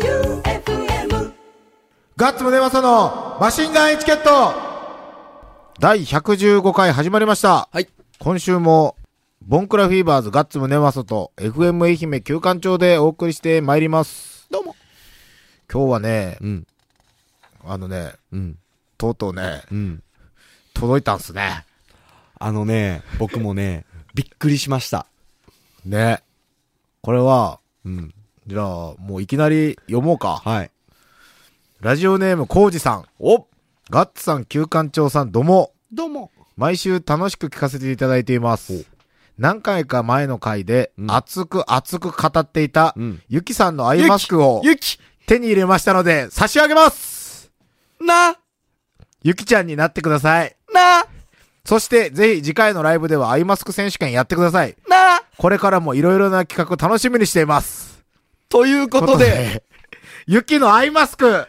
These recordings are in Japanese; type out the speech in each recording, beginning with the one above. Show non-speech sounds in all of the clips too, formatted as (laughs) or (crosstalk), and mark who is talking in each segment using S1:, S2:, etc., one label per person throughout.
S1: J-O-E-U-F-M
S2: ガッツムネマソのマシンガンエチケット第115回始まりました。
S3: はい。
S2: 今週も、ボンクラフィーバーズガッツムネマソと FM 愛媛旧館長でお送りしてまいります。
S3: どうも。
S2: 今日はね、
S3: うん。
S2: あのね、
S3: うん。
S2: とうとうね、
S3: うん。
S2: 届いたんすね。
S3: あのね、僕もね、びっくりしました。
S2: ね。これは、
S3: うん。
S2: じゃあ、もういきなり読もうか。
S3: はい。
S2: ラジオネームコウジさん。
S3: お
S2: ガッツさん、旧館長さん、どうも。
S3: どうも。
S2: 毎週楽しく聞かせていただいています。何回か前の回で
S3: う、ん
S2: 熱く熱く語っていた、
S3: うん
S2: ゆきさんのアイマスクを
S3: ゆき
S2: 手に入れましたので、差し上げます
S3: な
S2: ゆきちゃんになってください。
S3: な
S2: そして、ぜひ次回のライブではアイマスク選手権やってください。
S3: な
S2: これからもいろいろな企画を楽しみにしています。
S3: ということ (laughs) で、、
S2: ゆきのアイマスク、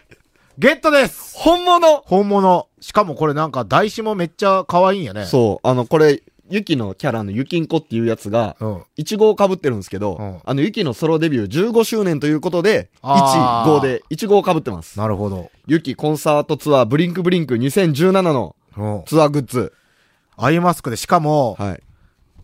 S2: ゲットです
S3: 本物
S2: 本物。しかもこれなんか台紙もめっちゃ可愛いんやね。
S3: そう、あの、これ、ゆきのキャラのゆきんこっていうやつが、
S2: う。うん。
S3: いちごを被ってるんですけど、
S2: うん
S3: あの、ゆきのソロデビュー15周年ということで、
S2: あー
S3: 15で、いちごを被ってます。
S2: なるほど。
S3: ゆきコンサートツアーブリンクブリンク2017の
S2: うん。
S3: ツアーグッズ。
S2: アイマスクで、しかも、
S3: はい。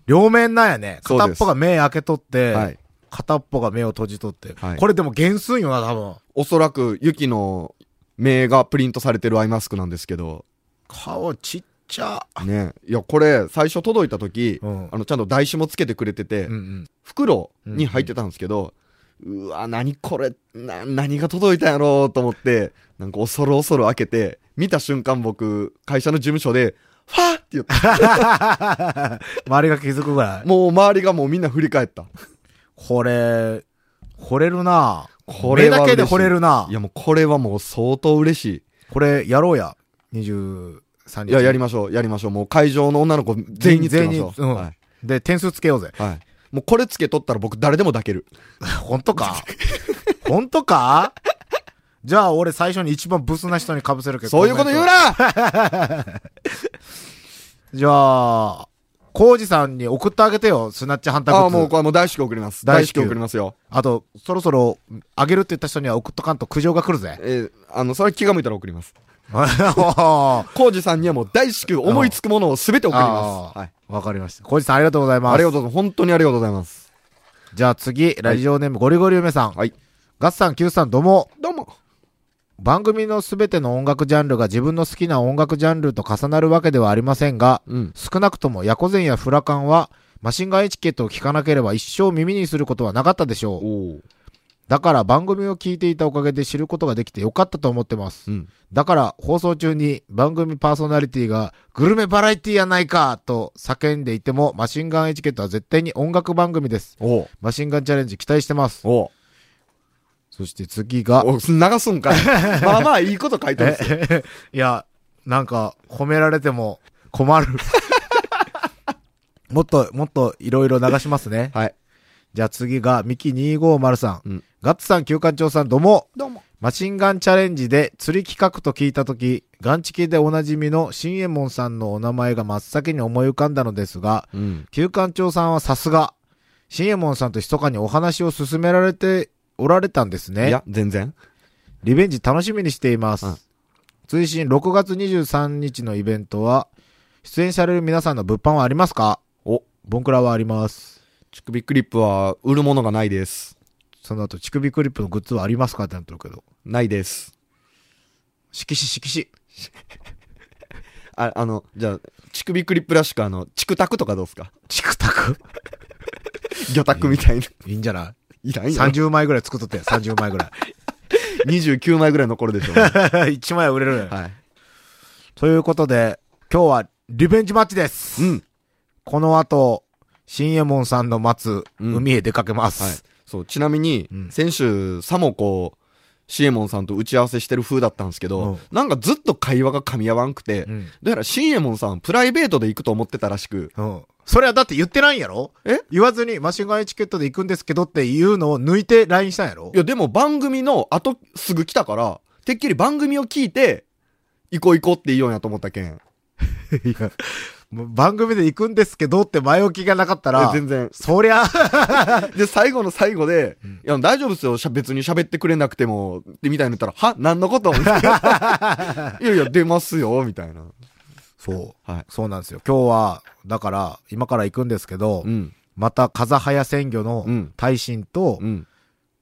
S2: 両面なんやね。
S3: そう
S2: 片
S3: で
S2: っ
S3: す
S2: ぽが目開けとって、
S3: はい
S2: 片っぽが目を閉じとって。
S3: はい
S2: これでも原寸よな、多分。
S3: おそらく、ゆきの名がプリントされてるアイマスクなんですけど、
S2: 顔ちっちゃ。
S3: ねいや、これ、最初届いた時、
S2: うん
S3: あの、ちゃんと台紙もつけてくれてて、
S2: うんうん。
S3: 袋に入ってたんですけど、うわ、何これ、な、何が届いたんやろうと思って、なんか恐る恐る開けて、見た瞬間僕、会社の事務所で、ファーって言って、
S2: (laughs) 周りが気づくぐらい。
S3: もう周りがもうみんな振り返った。
S2: これ、惚れるな
S3: これは
S2: 目だけで
S3: 嬉しい
S2: 惚れるない
S3: やもうこれはもう相当嬉しい。
S2: これ、やろうや。23日。
S3: いや、やりましょう、やりましょう。もう会場の女の子全員につけましょう。
S2: 全員うん
S3: はい。
S2: で、点数つけようぜ。 (laughs)
S3: はい。もうこれつけとったら僕誰でも抱ける。
S2: 本当
S3: (laughs)
S2: か本当かじゃあ、俺最初に一番ブスな人に被せるけど。
S3: そういうこと言うな
S2: じゃあ、コウジさんに送ってあげてよ、スナッチハンターグッ
S3: あ
S2: ズ。
S3: あ、もうこれはもう大至急送ります。
S2: 大
S3: 大
S2: 至
S3: 至
S2: 急
S3: 急送りますよ。
S2: あと、そろそろ、あげるって言った人には送っとかんと苦情が来るぜ。
S3: えー、あの、それは気が向い (laughs) たら送ります。
S2: おー
S3: コウジさんにはもう大至急思いつくものを全て送ります。
S2: あー
S3: はい。
S2: わかりました。コウジさんありがとうございます。
S3: ありがとうございます。本当にありがとうございます。
S2: じゃあ次、ラジオネームゴリゴリ梅さん。
S3: はい。
S2: ガッツさん、キュウさん、どうも。
S3: どうも。
S2: 番組のすべての音楽ジャンルが自分の好きな音楽ジャンルと重なるわけではありませんが、
S3: うん。
S2: 少なくともヤコゼンやフラカンは、マシンガンエチケットを聞かなければ一生耳にすることはなかったでしょう。
S3: お
S2: だから番組を聞いていたおかげで知ることができてよかったと思ってます。
S3: うん。
S2: だから放送中に番組パーソナリティがグルメバラエティやないかと叫んでいてもマシンガンエチケットは絶対に音楽番組です。
S3: おう
S2: マシンガンチャレンジ期待してます。
S3: おう
S2: そして次が、
S3: おう流すんかい。 (laughs) まあまあいいこと書いてますよ。
S2: (laughs) いや、なんか褒められても困る。 (laughs) もっと、もっといろいろ流しますね。
S3: はい。
S2: じゃあ次がミキ250さん。
S3: うん
S2: ガッツさん、旧館長さん、どうも。
S3: どうも。
S2: マシンガンチャレンジで釣り企画と聞いたとき、ガンチキでおなじみの新右衛門さんのお名前が真っ先に思い浮かんだのですが、
S3: うん。
S2: 旧館長さんはさすが、新右衛門さんと密かにお話を進められておられたんです
S3: い
S2: ね
S3: や。、全然。
S2: リベンジ楽しみにしています。
S3: うん
S2: 追伸6月23日のイベントは、出演される皆さんの物販はありますか
S3: お、
S2: ボンクラはあります。
S3: 乳首クリップは売るものがないです。
S2: その後、乳首クリップのグッズはありますかってなってるけど。
S3: ないです。
S2: 色紙色紙。
S3: あ、あの、じゃあ、乳首クリップらしくあの、チクタクとかどうですか
S2: チクタク
S3: 魚拓みたいな。
S2: いいんじゃない
S3: いらんよ。
S2: 30枚ぐらい作っとっ
S3: (laughs)
S2: て、30枚ぐら
S3: 29枚ぐらい残るで (laughs) しょうね、
S2: い。1枚は売れるね
S3: はい。
S2: ということで、今日はリベンジマッチです。
S3: うん。
S2: この後、新右衛門さんの待つ
S3: うん
S2: 海へ出かけます。
S3: はい。そう、ちなみに、
S2: うん
S3: 先週、さもこう、シエモンさんと打ち合わせしてる風だったんですけど、
S2: うん
S3: なんかずっと会話が噛み合わんくて、
S2: うん
S3: だからシエモンさんプライベートで行くと思ってたらしく、
S2: うん。それはだって言ってないんやろ
S3: え
S2: 言わずにマシンガンエチケットで行くんですけどっていうのを抜いて LINE したんやろ
S3: いやでも番組の後すぐ来たから、てっきり番組を聞いて、行こう行こうって言いようんやと思ったけん。
S2: いや (laughs) もう番組で行くんですけどって前置きがなかったら、
S3: 全然。
S2: そりゃ、
S3: (laughs) で、最後の最後で、
S2: ん
S3: いや、大丈夫ですよ。しゃ別に喋ってくれなくても、で、みたいに言ったら、は何のことみた
S2: (laughs)
S3: いないやいや、出ますよ、みたいな。
S2: そう。
S3: はい。
S2: そうなんですよ。今日は、だから、今から行くんですけど、
S3: うん。
S2: また、風早鮮魚の
S3: うん
S2: 大臣と
S3: う、ん。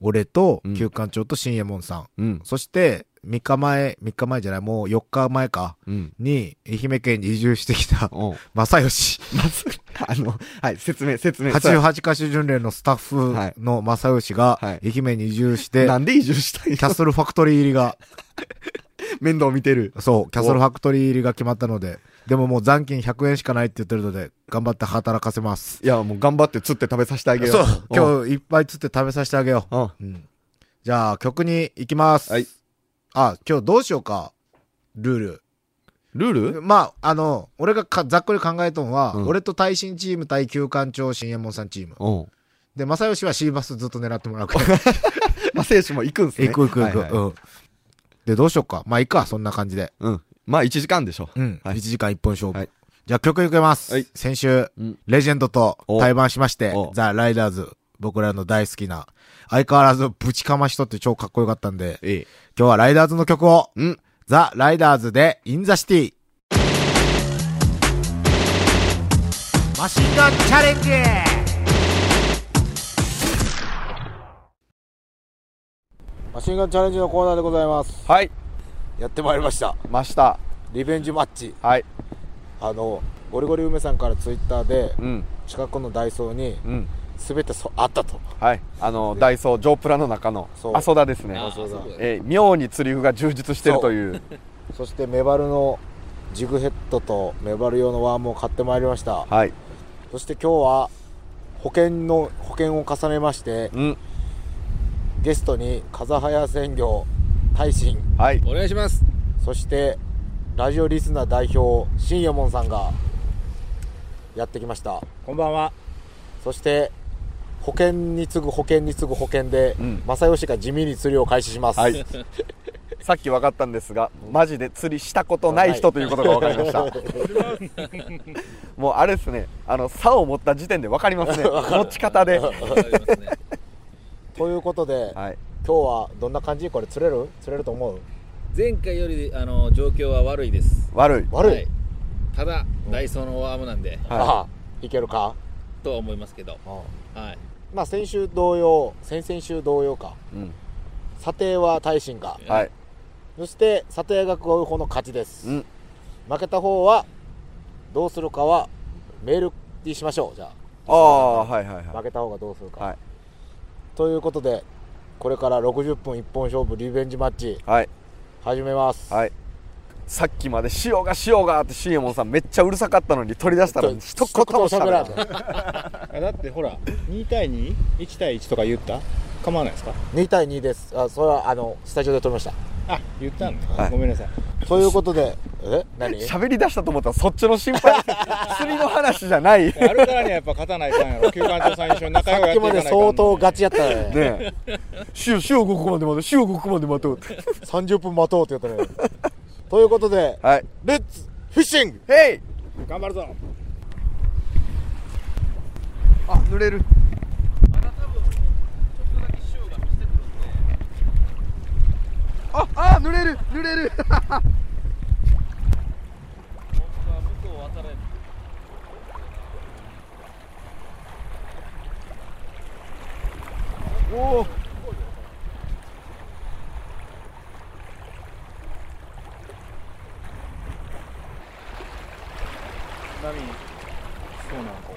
S2: 俺と
S3: う、ん
S2: 旧館長と新右衛門さん。
S3: うん。
S2: そして、3日前、3日前じゃない、もう4日前か、
S3: うん。
S2: に、愛媛県に移住してきた、
S3: おう
S2: 正義。
S3: まず、あの、はい、説明、説明。
S2: 88カ所巡礼のスタッ
S3: はい
S2: フの正義が、
S3: はい
S2: 愛媛に移住し
S3: で
S2: て、
S3: なんで移住したい
S2: キャッスルファクトリー入り
S3: (laughs)
S2: が、
S3: 面倒見てる。
S2: そう、キャッスルファクトリー入りが決まったので、でももう残金100円しかないって言ってるので、頑張って働かせます。
S3: いや、もう頑張って釣って食べさせてあげよう。
S2: そう、今日いっぱいつって食べさせてあげよ
S3: 日。うん。
S2: う。うん。じゃあ、曲に行きます。
S3: はい。
S2: あ、今日どうしようか、ルール。
S3: ルール
S2: まあ、あの、俺がかざっくり考えとんは、
S3: うん
S2: 俺と耐震チーム対旧館長新右衛門さんチーム。
S3: うん。
S2: で、正義は C バスずっと狙ってもらうから。
S3: まあ、選手も (laughs) 行くんすね。
S2: 行く行く行く。
S3: はいはい
S2: うん。で、どうしようか。まあ、いいか、そんな感じで。
S3: うん。まあ、1時間でしょ。
S2: うん。
S3: はい
S2: 1時間1本勝負。
S3: はい
S2: じゃあ曲いけます。
S3: はい
S2: 先週、
S3: うん
S2: レジェンドと
S3: お
S2: 対バンしまして
S3: お、
S2: ザ・ライダーズ、僕らの大好きな、相変わらずぶちかましとって超かっこよかったんで、
S3: ええ。
S2: 今日はライダーズの曲を、
S3: うん。
S2: ザ・ライダーズで、インザシティ。マシンガンチャレンジマシンガンチャレンジのコーナーでございます。
S3: はい。
S2: やってまいりました。
S3: ました。
S2: リベンジマッチ。
S3: はい。
S2: あの、ゴリゴリ梅さんからツイッターで、
S3: うん。
S2: 近くのダイソーに、
S3: うん。
S2: すべてそあったと。
S3: はい。あの、ダイソー、ジョープラの中の
S2: そう、
S3: 阿蘇田ですね。
S2: そうだ
S3: ええ、妙に釣り具が充実してるという。
S2: そして、メバルのジグヘッドとメバル用のワームを買ってまいりました。
S3: はい。
S2: そして今日は、保険の、保険を重ねまして、
S3: うん。
S2: ゲストに、風早鮮魚、大臣、
S3: はい。
S4: お願いします
S2: そして、ラジオリスナー代表、新右衛門さんが、やってきました。
S4: こんばんは
S2: そして、保険に次ぐ保険に次ぐ保険で、
S3: うん
S2: 正義が地味に釣りを開始します。
S3: はい。さっき分かったんですが、マジで釣りしたことない人ということが分かりました。もうあれですね、あの、竿を持った時点 (laughs) で分かりますね。持ち方で。
S4: わかりますね
S2: ということで、
S3: はい。
S2: 今日はどんな感じこれ釣れる釣れると思う
S4: 前回よりあの状況は悪いです
S3: 悪い。
S2: 悪い、
S4: はいただダイソーのワームなんで
S3: は
S2: ああいけるか、
S4: とは思いますけどはい
S2: まあ先週同様先々週同様か
S3: い。うん。
S2: 査定は大臣が
S3: はい。
S2: そして査定額が多い方の勝ちです、
S3: うん
S2: 負けた方はどうするかはメールにしましょうじゃ
S3: ああ、はいはい
S2: あ
S3: は
S2: 負けた方がどうする
S3: い。
S2: か、
S3: はい。
S2: ということでこれから60分一本勝負リベンジマッチ
S3: はい。
S2: 始めます、
S3: はい。さっきまで塩が塩がってシエモンさんめっちゃうるさかったのに取り出したら
S2: と
S3: 一言もしゃべら
S2: 一
S3: な
S2: 言
S3: い
S2: も。喋ら
S5: あだってほら2対21対1とか言った構わないですか
S2: ず2対2ですあそれはあのスタジオで撮りました
S5: あ言ったんだ、
S3: はい
S5: ごめんなさい
S2: ということでえ何
S3: 喋り出したと思ったらそっちの心 (laughs) 配釣りの話じゃない。
S5: あるからにはやっぱ勝たないかん (laughs) やろ旧館長さん一緒に仲良
S2: さ
S5: くや
S2: っ
S5: っ
S2: き
S5: ていか
S2: ま
S5: ない
S2: で
S5: かん
S2: 相当ガチやったね
S3: (laughs) ねえ。塩、塩ここまでまで、塩ここまでまと。
S2: 30分待とうって言ったねということで
S3: はい。
S2: レッツフィッシング
S3: ヘイ
S5: 頑張るぞ
S3: あ、濡れる。あ、あ、濡れる、濡れる。 (laughs) おお。
S5: 波そうなんここ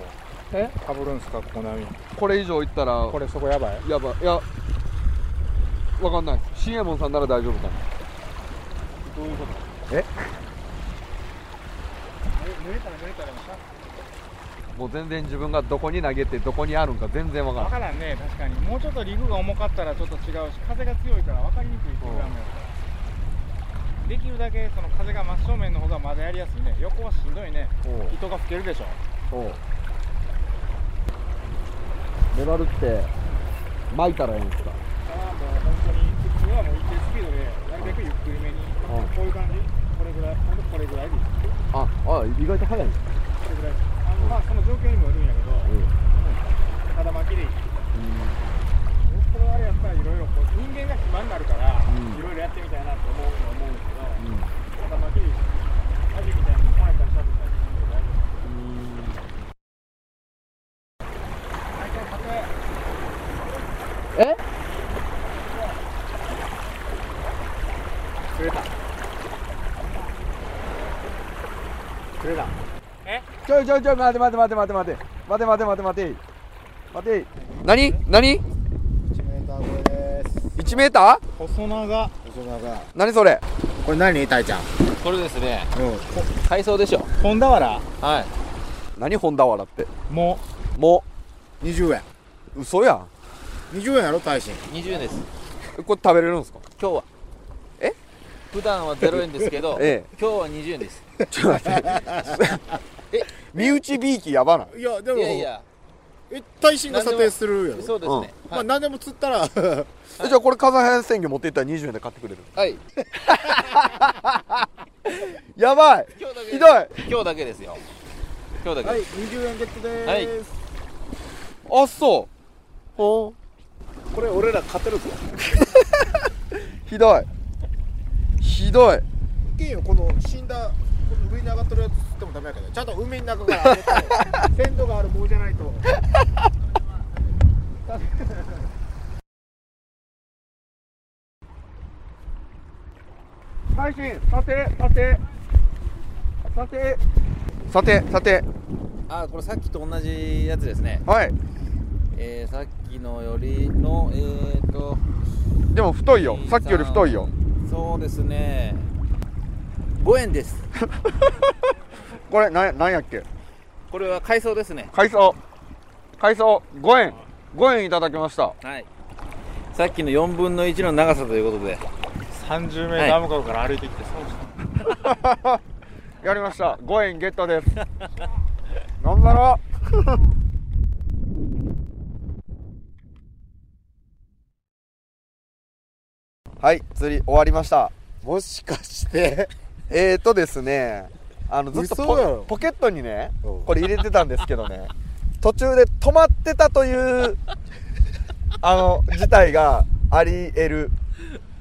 S5: えかぶるんすかここ波
S3: これ以上いったら、
S5: これそこやばい
S3: やばい。いや。わかんない。シエモンさんなら大丈夫かな。
S5: どういうこと
S3: え
S5: 濡れたら濡れたらでもしゃ
S3: もう全然自分がどこに投げて、どこにあるんか全然わから
S5: 分
S3: ない。
S5: からんね確かにもうちょっとリグが重かったらちょっと違うし風が強いから分かりにくいプログラムやからできるだけその風が真正面の方がまだやりやすいね横はしんどいね糸が吹けるでしょ
S3: おう。メバルって。巻いたらええんですか。
S5: ああもう本当に普通はもう一定スピードでなるべくゆっくりめ
S3: ん
S5: にこういう感じこれぐらいほんとこれぐらいでいい
S3: あ、あ、意外と早いんです
S5: そぐらいあの、まあその状況にもよるんやけど、ただ巻きでいいこれはやっぱりいろいろこう人間が暇になるからいろいろやってみたいなと思うのは思うんですけど、ただ巻きでいいアジみたいにパンから食べたりするの大丈夫大体家庭釣れた釣れた
S3: ちょいちょいちょい待て待て待て待て待て待て待て待て待て待て何何
S5: 1メーター超えです
S3: 1メーター
S5: 細長
S3: 何それ
S2: これ何タイちゃん。
S4: これですね、海藻でしょ
S5: 本田原
S4: はい
S3: 何本田原って
S5: も
S3: も
S2: 20円。
S3: う嘘やん
S2: 20円やろ、大臣。
S4: 20円です
S3: えこれ食べれるんですか
S4: 今日は
S3: え、
S4: 普段は0円ですけど
S5: (laughs)
S3: え
S4: 今日は20円です
S3: ちょっと待ってえ (laughs) 身内ビーキやばない
S2: いや、で
S4: いやいや
S2: え、大臣が査定するやろ。
S4: そうですね、
S2: まあ、何でも釣った (laughs) ら、
S3: えじゃあこれ火山変鮮魚持っていったら20円で買ってくれる
S4: はい、はい、
S3: やばい
S4: 今日だけ
S3: ひどいあ
S4: 今日だけですよ今日だけです
S2: 20円ゲットで
S4: は
S3: そ
S4: い
S3: うほ
S2: これ俺ら勝てるぞ。
S3: うひどいひどい
S2: いけよ、この死んだ、この上に上がってるやつ釣ってもダメやけど、ちゃんと海の中
S3: (laughs)
S2: から上げて、鮮度がある棒じゃないと。
S5: う最新査定査定査定
S3: さてさて
S4: あこれさっきと同じやつですね
S3: はい
S4: えー、さっきのよりのえー、と
S3: でも太いよさっきより太いよ
S4: そうですね5円です
S3: これなんなんやっけ
S4: これは海藻ですね
S3: 海藻海藻5円5円いただきました
S4: はいさっきの4分の1の長さということで
S5: 30
S4: は
S5: メ
S4: い
S5: ーター向こうから歩いてきて損した
S3: やりました5円ゲットです頑張ろうはい釣り終わりました
S2: もしかして、
S3: えーとですねあのずっと
S2: 嘘やろ
S3: ポポケットにね
S2: うん
S3: これ入れてたんですけどね途中で止まってたというあの事態があり得る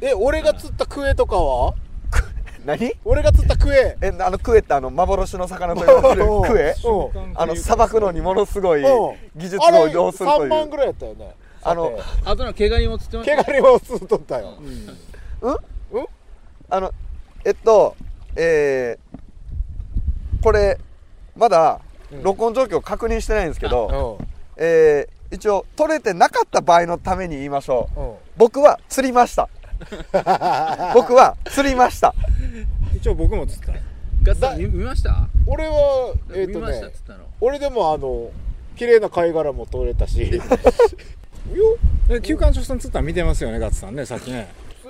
S2: え、俺が釣ったクエとかは
S3: 何
S2: 俺が釣ったクエ。
S3: えあのクエってあの幻の魚と言われる
S2: おう
S3: (laughs) クエ
S2: おう
S3: あのさばくのにものすごい
S2: おう
S3: 技術を要すると
S2: あれ3万
S3: いう
S2: ぐらいやったよね
S3: あの
S4: あとの毛ガニも釣って
S2: 毛
S4: ました
S2: ガニを釣っとったよ、
S3: あのえっとえーこれまだ録音状況確認してないんですけど、えー一応取れてなかった場合のために言いましょう、
S2: うん
S3: 僕は釣りました僕は釣りました
S5: 一応僕も釣った
S4: ガッツさん見見ました
S2: 俺はえっ、
S4: 見
S2: と
S4: ましたっ
S2: ね
S4: つったの
S2: 俺でもあの綺麗な貝殻も取れたしよ
S5: で旧館長さん釣ったの見てますよねガッツさんねさっきね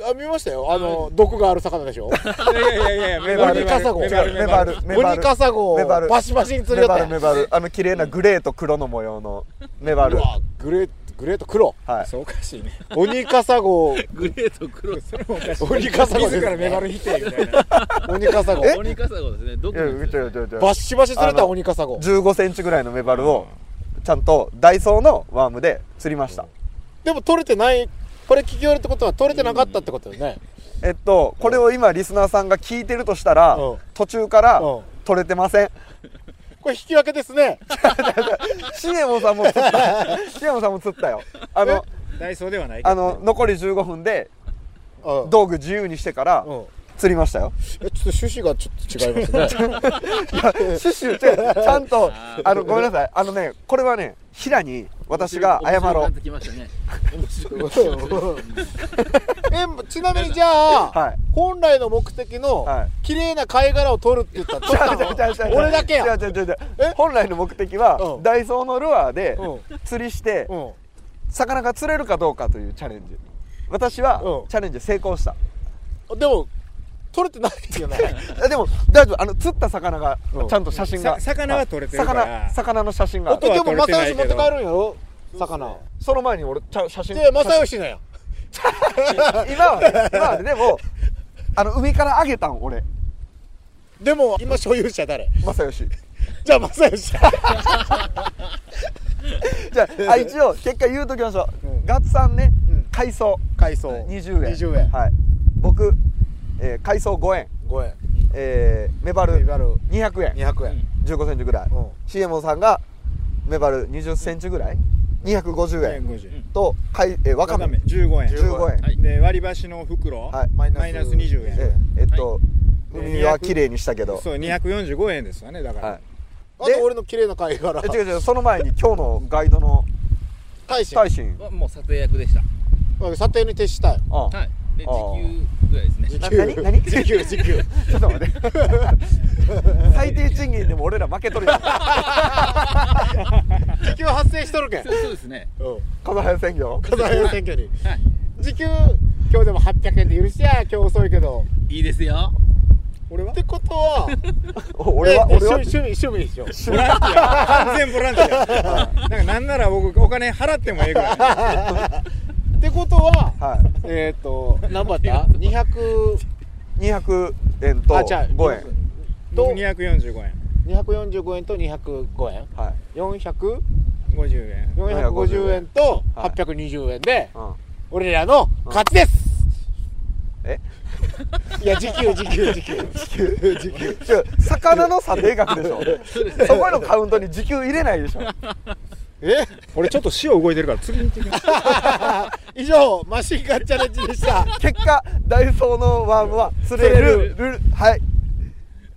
S2: あ見ましたよあの毒がある魚でしょ
S5: いやいやいやいやメ
S3: メバル
S2: 鬼カサゴ
S5: メ
S3: 違
S5: バル
S3: うメバルメバ
S2: 鬼
S3: ル
S2: カサゴ
S3: メ
S2: を
S3: バル
S2: バシバシに釣
S3: メ
S2: れ
S3: バ
S2: た
S3: ルメバルあの綺麗なグレーと黒の模様のメバ
S2: う
S3: ル、
S2: わグレーグレーと黒
S3: はい、
S5: そうおかしいね
S2: 鬼カサゴ
S4: グレーと黒ロス
S2: 鬼カサゴで
S5: 自
S2: す
S5: らメバル否定みたいな
S2: 鬼カサゴ
S3: え
S4: 鬼カサゴですねど
S3: い
S4: こ
S3: や
S4: に
S3: ちょちょちょ
S2: バシバシ釣れた鬼カサゴ
S3: 15センチぐらいのメバルをちゃんとダイソーのワームで釣りました、
S2: でも取れてないこれ聞きよるってことは取れてなかったってことよね、
S3: えっとこれを今リスナーさんが聞いてるとしたら、
S2: うん
S3: 途中から
S2: うん
S3: 取れてま
S2: (laughs)
S3: せん
S2: これ引き分けですね
S3: シエモンさんも釣ったシエモンさんも釣ったよあの
S5: ダイソーではないけど
S3: あの残り15分で
S2: うん
S3: 道具自由にしてから
S2: うん
S3: 釣りましたよ
S2: えちょっと趣旨がちょっと違いますね
S3: いやシュッシュ違
S2: (laughs)
S3: うちゃんとあのごめんなさいあのねこれはね平に私が謝
S4: 面白く
S3: ろ
S4: なっ
S3: う
S4: てきましたね面白くなってきました
S2: (laughs) えちなみにじゃあ、
S3: はい
S2: 本来の目的の
S3: はい
S2: 綺麗な貝殻を取るって言ったら取ったの
S3: (laughs)
S2: 俺だけやん
S3: 違う違う違う違う
S2: え
S3: 本来の目的は
S2: うん
S3: ダイソーのルアーで
S2: う
S3: 釣りして
S2: うん
S3: 魚が釣れるかどうかというチャレンジ私は
S2: うん
S3: チャレンジ成功した
S2: でも取れてないよ (laughs) ね
S3: あでも大丈夫あの釣った魚が
S2: うん
S3: ちゃんと写真
S5: さ
S3: が
S5: 魚は撮れてるから
S3: 魚魚の写真がある
S5: 音
S2: え
S5: は
S2: でも
S5: 取れて
S2: 正
S5: ない
S2: 義
S5: け
S2: 持
S5: ど
S2: って帰るんやろ魚を
S3: その前に俺ちゃ写真
S2: で正義のや
S3: 今はね今はねでもあの海からあげたん俺
S2: でも今所有者誰
S3: 正義
S6: じゃあ、正義。
S2: じゃああ一応結果言うときましょう、
S6: うん
S2: ガッツさんね、
S6: うん
S2: 海藻
S6: 海藻。
S2: 20円
S6: 20円。
S2: はい僕、えー海藻5円、
S6: 5円。
S2: えーメバル
S6: メバル
S2: 200円
S6: 200円。
S2: 15センチぐらい、
S6: うん
S2: CMO さんがメバル20センチぐらい250円
S6: 250円。
S2: と海、えーわか
S5: わかめ
S2: め
S5: 15円
S2: 15円、
S5: はいで割り箸の袋、
S2: はい
S6: マイナス
S5: マイナス20円
S2: えーえっと、
S5: はい
S2: 海は綺麗にしたけど、
S5: そう245円ですわねだから、
S2: はい、
S6: あと俺の綺麗な貝殻。
S2: え違う違うその前に今日のガイドの
S6: 大使。
S2: 大臣
S4: はもう撮影役でした
S6: 査定に徹したい。
S2: あ
S4: はいで
S2: あー
S4: 時給ぐらいですね
S6: 時
S2: な
S6: 給。
S2: 何何
S6: 時給、時給。
S2: ちょっと待って最低賃金でも俺ら負けとるやん
S6: 時給発生しとるけん。
S4: そうそうですね
S6: うん。
S2: 金早専業
S6: 課題選挙に。
S4: はい
S6: 時給、今日でも800円で許しや、今日遅いけど。
S4: いいですよ
S6: 俺はってことは、
S2: お俺は
S6: え
S2: 俺は
S6: 趣味、趣味でしょ。
S5: ボランティア完全ボランティアなんかなんなら僕お金払ってもええ
S2: (laughs)
S5: ぐらい
S6: ってことは、
S2: は
S6: えっ、ー、と、何番だ ?200、
S2: い200円と
S6: あ、じゃあ
S2: 5円
S6: と
S5: 245円
S6: 245円と205円。
S2: はい
S6: 400、
S5: 50円
S6: 450円と
S2: はい
S6: 820円で、
S2: うん
S6: 俺らの勝ちです
S2: え
S6: いや、時給、時給、時給。時給、時給。
S2: 違う魚の査定額でしょそこへのカウントに時給入れないでしょ
S6: え
S5: 俺ちょっと塩動いてるから次に行ってきます
S6: 以上、マシンガンチャレンジでした。
S2: 結果ダイソーのワームは釣れるルルはい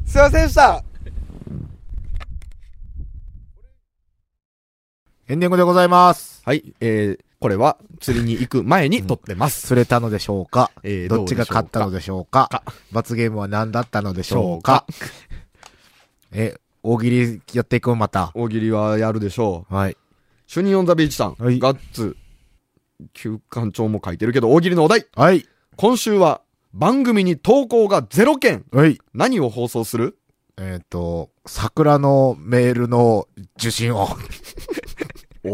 S2: すいませんでした
S6: エンディングでございます。
S3: はい、えー、これは釣りに行く前に撮ってます。
S6: 釣れたのでしょうか、
S3: えー
S6: どっちが勝ったのでしょうか罰ゲームは何だったのでしょうかえ、大喜利やっていくまた。
S3: 大喜利はやるでしょう。
S6: はい。
S3: 主任オンザビーチさん、
S6: はい
S3: ガッツ、休館長も書いてるけど、大喜利のお題。
S6: はい。
S3: 今週は、番組に投稿がゼロ件。
S6: はい。
S3: 何を放送する
S6: えっ、と、桜のメールの受信音。
S3: お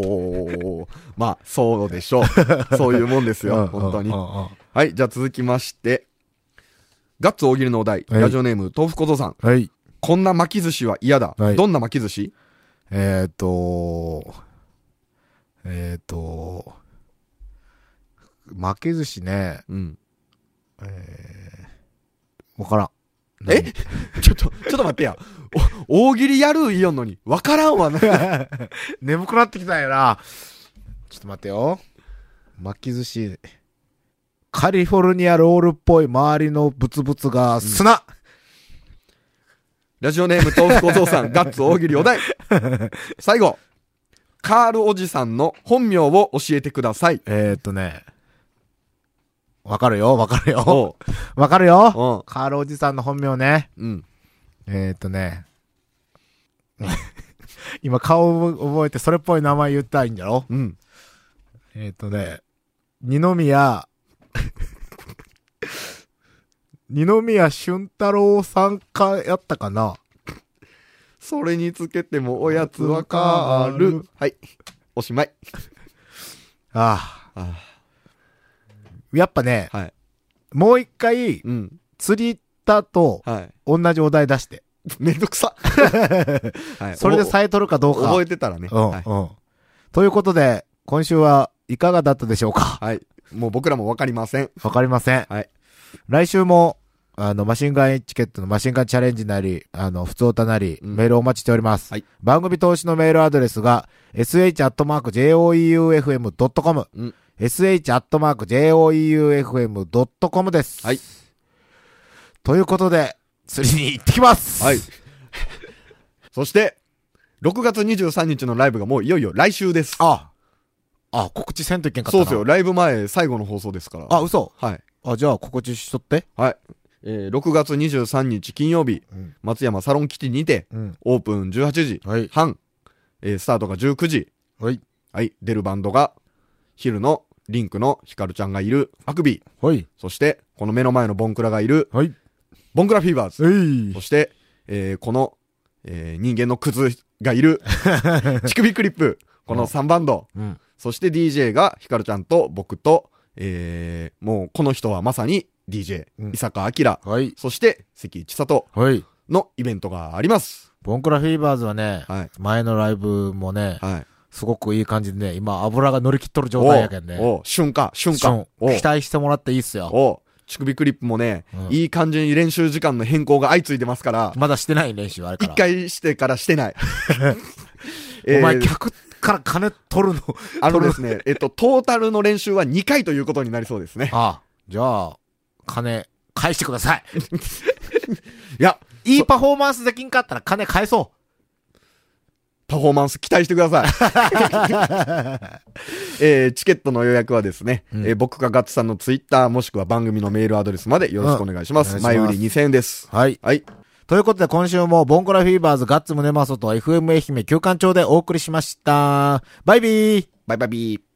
S3: ー、まあ、そうでしょう。そういうもんです
S6: う
S3: よ、
S6: ん
S3: 本当に
S6: うんう。んうん
S3: はい、じゃあ続きまして。ガッツ大喜利のお題、
S6: はい
S3: ラジオネーム、豆腐小僧さん。
S6: はい。
S3: こんな巻き寿司は嫌だ。
S6: はい
S3: どんな巻き寿司
S6: えっ、と、えっ、と、負け寿司ね、
S3: うん。
S6: わからん。
S3: え (laughs) ちょっと、ちょっと待ってや。お大喜利やる言いよんのに、わからんわな。
S6: (laughs) 眠くなってきたんやな。ちょっと待ってよ。巻き寿司。カリフォルニアロールっぽい周りのブツブツが砂、
S3: ラジオネーム、豆腐小僧さん、ガッツ大喜利お題。最後。カールおじさんの本名を教えてください。
S6: えー、っとね。わかるよ、わかるよ。
S3: おう
S6: (laughs) わかるよ。
S3: おう
S6: カールおじさんの本名ね。
S3: うん。
S6: えー、っとね。 (laughs) 今顔を覚えてそれっぽい名前言ったらいいんだろ
S3: うん。
S6: えー、っとね。二宮。 (laughs) 二宮俊太郎さんか、やったかな
S3: それにつけてもおやつはカール。はい。おしまい。
S6: ああ。
S3: あ
S6: やっぱね、
S3: はい。
S6: もう一回、
S3: うん。
S6: 釣りたと
S3: はい。
S6: 同じお題出して。
S3: めんどく
S6: (laughs)
S3: さ。はい
S6: それでさえとるかどうか。
S3: 覚えてたらね。
S6: うん、
S3: はい
S6: うん。ということで、今週はいかがだったでしょうか (laughs)
S3: はい。もう僕らもわかりません。
S6: わかりません。
S3: はい
S6: 来週も、あの、マシンガンエチケットのマシンガンチャレンジなり、あの、普通歌なり、
S3: うん
S6: メールをお待ちしております。
S3: はい
S6: 番組投資のメールアドレスが、sh.joeufm.com、
S3: うん
S6: sh.joeufm.com です。
S3: はい。
S6: ということで、釣りに行ってきます
S3: はい。 (laughs) そして、6月23日のライブがもういよいよ来週です。
S6: あ、あ、告知せんといけんかった
S3: そう
S6: な。
S3: ですよ。。ライブ前最後の放送ですから。
S6: あ、嘘。
S3: はい。
S6: あ、じゃあ告知しとって。
S3: はい。えー6月23日金曜日、
S6: うん
S3: 松山サロンキティにて、
S6: うん。
S3: オープン18時
S6: はい。
S3: 半、えースタートが19時、
S6: はい。
S3: はい、出るバンドが、昼のリンクのヒカルちゃんがいるアクビー、
S6: はい。
S3: そして、この目の前のボンクラがいる、
S6: はい。
S3: ボンクラフィーバーズ、
S6: え
S3: そ
S6: い。
S3: して、えーこの、えー人間のクズがい
S6: (laughs)
S3: る、乳首クリップ、この3バンド、
S6: うん。
S3: そして DJ がヒカルちゃんと僕と、えーもうこの人はまさに DJ、
S6: うん
S3: 伊坂明、
S6: はい。
S3: そして関千里
S6: はい。
S3: のイベントがあります。
S6: ボンクラフィーバーズはね、
S3: はい
S6: 前のライブもね、
S3: はい。
S6: すごくいい感じでね、今油が乗り切っとる状態やけんね。
S3: おうおう瞬間、瞬
S6: そ
S3: 間
S6: う。
S3: おう
S6: 期待してもらっていいっすよ。
S3: おう乳首クリップもね、
S6: うん
S3: いい感じに練習時間の変更が相次いでますから、
S6: まだしてない練習あるか
S3: 一
S6: ら。
S3: 回してからして
S6: (laughs)
S3: ない。
S6: お前
S3: えー
S6: 客から金取るの。
S3: あの
S6: (laughs)
S3: ですね、えっと、トータルの練習は2回ということになりそうですね。
S6: ああ、じゃあ、金返してください。
S3: いや、
S6: いいパフォーマンスできんかったら金返そ
S3: パフォーマンス期待してく
S6: (laughs)
S3: ださい。えーチケットの予約はですね、
S6: うん
S3: えー僕かガッツさんのツイッターもしくは番組のメールアドレスまでよろしくお願いします。
S6: うんお願
S3: 前
S6: いします
S3: 売り2000円です。
S6: う。はい。
S3: はい。
S6: ということで今週もボンコラフィーバーズガッツムネマソと FM 愛媛休館長でお送りしました。バイビー
S3: バイバイビー。